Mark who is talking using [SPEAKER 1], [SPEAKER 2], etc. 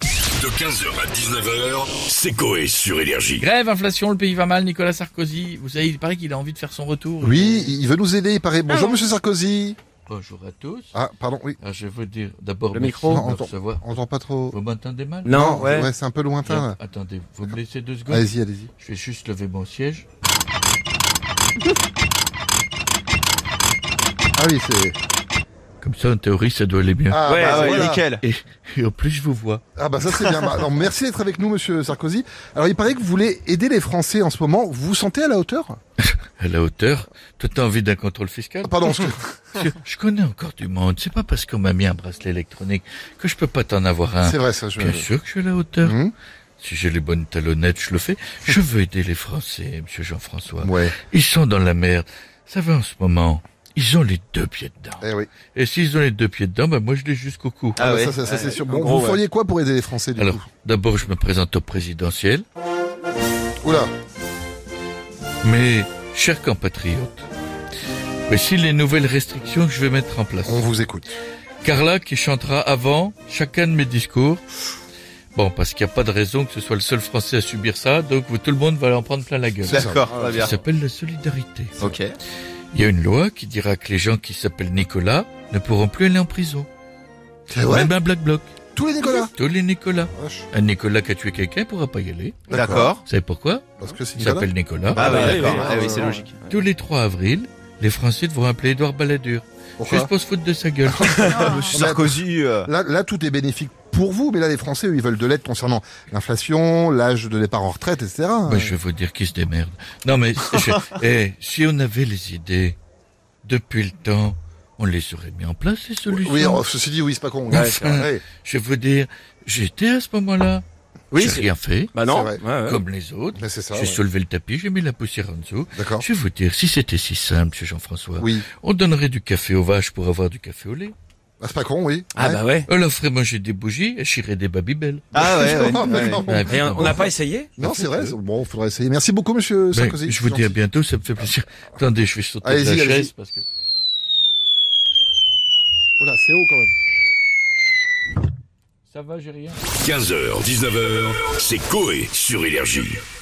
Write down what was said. [SPEAKER 1] De 15h à 19h, c'est Coé sur Énergie.
[SPEAKER 2] Grève, inflation, le pays va mal, Nicolas Sarkozy. Vous savez, il paraît qu'il a envie de faire son retour.
[SPEAKER 3] Oui, il veut nous aider, il paraît.
[SPEAKER 4] Ah,
[SPEAKER 3] Bonjour, monsieur Sarkozy.
[SPEAKER 2] Bonjour à tous.
[SPEAKER 3] Ah, pardon, oui.
[SPEAKER 2] Ah, je veux dire d'abord.
[SPEAKER 4] Le
[SPEAKER 2] merci
[SPEAKER 4] micro.
[SPEAKER 2] de
[SPEAKER 3] Non,
[SPEAKER 2] me
[SPEAKER 3] entends-
[SPEAKER 2] recevoir.
[SPEAKER 3] On entend pas trop.
[SPEAKER 2] Vous m'entendez mal
[SPEAKER 4] Non, ouais.
[SPEAKER 3] c'est un peu lointain. là.
[SPEAKER 2] Attendez, vous me laissez deux secondes.
[SPEAKER 3] Allez-y, allez-y.
[SPEAKER 2] Je vais juste lever mon siège.
[SPEAKER 3] Ah oui, c'est.
[SPEAKER 2] Comme ça, en théorie, ça doit aller bien.
[SPEAKER 3] Ah,
[SPEAKER 4] ouais,
[SPEAKER 3] bah,
[SPEAKER 4] ouais,
[SPEAKER 3] voilà.
[SPEAKER 4] nickel.
[SPEAKER 2] Et, et en plus, je vous vois.
[SPEAKER 3] Ah bah ça c'est bien. Bah, alors, merci d'être avec nous, monsieur Sarkozy. Alors il paraît que vous voulez aider les Français en ce moment. Vous vous sentez à la hauteur
[SPEAKER 2] À la hauteur, toi, t'as envie d'un contrôle fiscal
[SPEAKER 3] Ah, Pardon. Je...
[SPEAKER 2] Parce que Je connais encore du monde. C'est pas parce qu'on m'a mis un bracelet électronique que je peux pas t'en avoir un.
[SPEAKER 4] Ah.
[SPEAKER 3] C'est vrai ça. Je...
[SPEAKER 2] Bien sûr que je suis à la hauteur.
[SPEAKER 3] Hmm
[SPEAKER 2] Si j'ai les bonnes talonnettes, je le fais. Je veux aider les Français, monsieur Jean-François.
[SPEAKER 3] Ouais.
[SPEAKER 2] Ils sont dans la merde. Ça va en ce moment. Ils ont les deux pieds dedans.
[SPEAKER 3] Eh oui.
[SPEAKER 2] Et s'ils ont les deux pieds dedans, bah moi je l'ai jusqu'au cou.
[SPEAKER 3] Ah, bah,
[SPEAKER 4] ouais.
[SPEAKER 3] ça, ça, ça, c'est
[SPEAKER 4] Ouais,
[SPEAKER 3] sûr.
[SPEAKER 4] en
[SPEAKER 3] Bon,
[SPEAKER 4] gros,
[SPEAKER 3] vous
[SPEAKER 4] ouais.
[SPEAKER 3] feriez quoi pour aider les Français du
[SPEAKER 2] Alors, d'abord je me présente au présidentiel.
[SPEAKER 3] coup Oula.
[SPEAKER 2] Mais, chers compatriotes, voici les nouvelles restrictions que je vais mettre en place.
[SPEAKER 3] On vous écoute.
[SPEAKER 2] Carla qui chantera avant chacun de mes discours. Bon, parce qu'il n'y a pas de raison que ce soit le seul Français à subir ça, donc vous- tout le monde va en prendre plein la gueule.
[SPEAKER 3] C'est
[SPEAKER 4] D'accord, va bien.
[SPEAKER 2] Ça s'appelle la solidarité.
[SPEAKER 4] Ok.
[SPEAKER 2] Il y a une loi qui dira que les gens qui s'appellent Nicolas ne pourront plus aller en prison.
[SPEAKER 3] Eh ouais.
[SPEAKER 2] Même un black bloc.
[SPEAKER 3] Tous les Nicolas.
[SPEAKER 2] Tous les Nicolas.
[SPEAKER 3] Vache.
[SPEAKER 2] Un Nicolas qui a tué quelqu'un pourra pas y aller.
[SPEAKER 4] D'accord.
[SPEAKER 2] Vous savez pourquoi
[SPEAKER 3] Parce que c'est
[SPEAKER 2] Il
[SPEAKER 3] Nicolas.
[SPEAKER 2] s'appelle Nicolas.
[SPEAKER 3] bah,
[SPEAKER 4] Ah, ouais,
[SPEAKER 3] oui,
[SPEAKER 4] d'accord.
[SPEAKER 3] oui,
[SPEAKER 4] Ah
[SPEAKER 3] oui,
[SPEAKER 4] oui, c'est
[SPEAKER 3] oui.
[SPEAKER 4] logique.
[SPEAKER 2] Tous les 3 avril, les Français devront appeler Édouard Balladur.
[SPEAKER 3] Pourquoi Ah,
[SPEAKER 2] Juste pour se foutre de sa gueule.
[SPEAKER 4] Monsieur Sarkozy. euh,
[SPEAKER 3] Là, là, tout est bénéfique pour vous, mais là, les Français, eux, ils veulent de l'aide concernant l'inflation, l'âge de départ en retraite, etc.
[SPEAKER 2] Bah, je vais vous dire qui se démerde. Non mais, je- eh, si on avait les idées, depuis le temps, on les aurait mis en place, les
[SPEAKER 3] Oui,
[SPEAKER 2] solutions.
[SPEAKER 3] oui, oh, ceci dit, oui, c'est pas con.
[SPEAKER 2] Ouais,
[SPEAKER 3] Ouais,
[SPEAKER 2] c'est vrai.
[SPEAKER 3] ouais.
[SPEAKER 2] Je veux dire, j'étais à ce moment-là.
[SPEAKER 4] Oui,
[SPEAKER 2] J'ai
[SPEAKER 4] c'est-
[SPEAKER 2] rien fait,
[SPEAKER 4] Bah non.
[SPEAKER 3] C'est
[SPEAKER 4] Ouais, ouais.
[SPEAKER 2] comme les autres.
[SPEAKER 3] Mais c'est ça.
[SPEAKER 2] J'ai
[SPEAKER 3] ouais.
[SPEAKER 2] soulevé le tapis, j'ai mis la poussière en dessous.
[SPEAKER 3] D'accord.
[SPEAKER 2] Je vais vous dire, si c'était si simple, monsieur Jean-François,
[SPEAKER 3] Oui.
[SPEAKER 2] on donnerait du café aux vaches pour avoir du café au lait.
[SPEAKER 3] Ah, c'est pas con, oui.
[SPEAKER 4] Ah bah ouais.
[SPEAKER 2] Elle leur ferait manger des bougies et chierait des babybelles.
[SPEAKER 4] Ah ouais, ouais.
[SPEAKER 3] Non, mais
[SPEAKER 4] ouais.
[SPEAKER 3] non.
[SPEAKER 2] Ah,
[SPEAKER 4] Rien,
[SPEAKER 2] évidemment.
[SPEAKER 4] on n'a pas essayé
[SPEAKER 3] Non, c'est vrai. c'est- Bon, faudrait essayer. Merci beaucoup, monsieur
[SPEAKER 2] Ben,
[SPEAKER 3] Sarkozy.
[SPEAKER 2] je vous dis à bientôt, ça me fait plaisir. Attendez, je vais sauter de la
[SPEAKER 3] Ah. Allez-y, allez-y.
[SPEAKER 2] chaise parce que...
[SPEAKER 3] Oh là, c'est haut quand même.
[SPEAKER 2] Ça va, j'ai rien.
[SPEAKER 1] 15h, 19h, c'est Coé sur Énergie.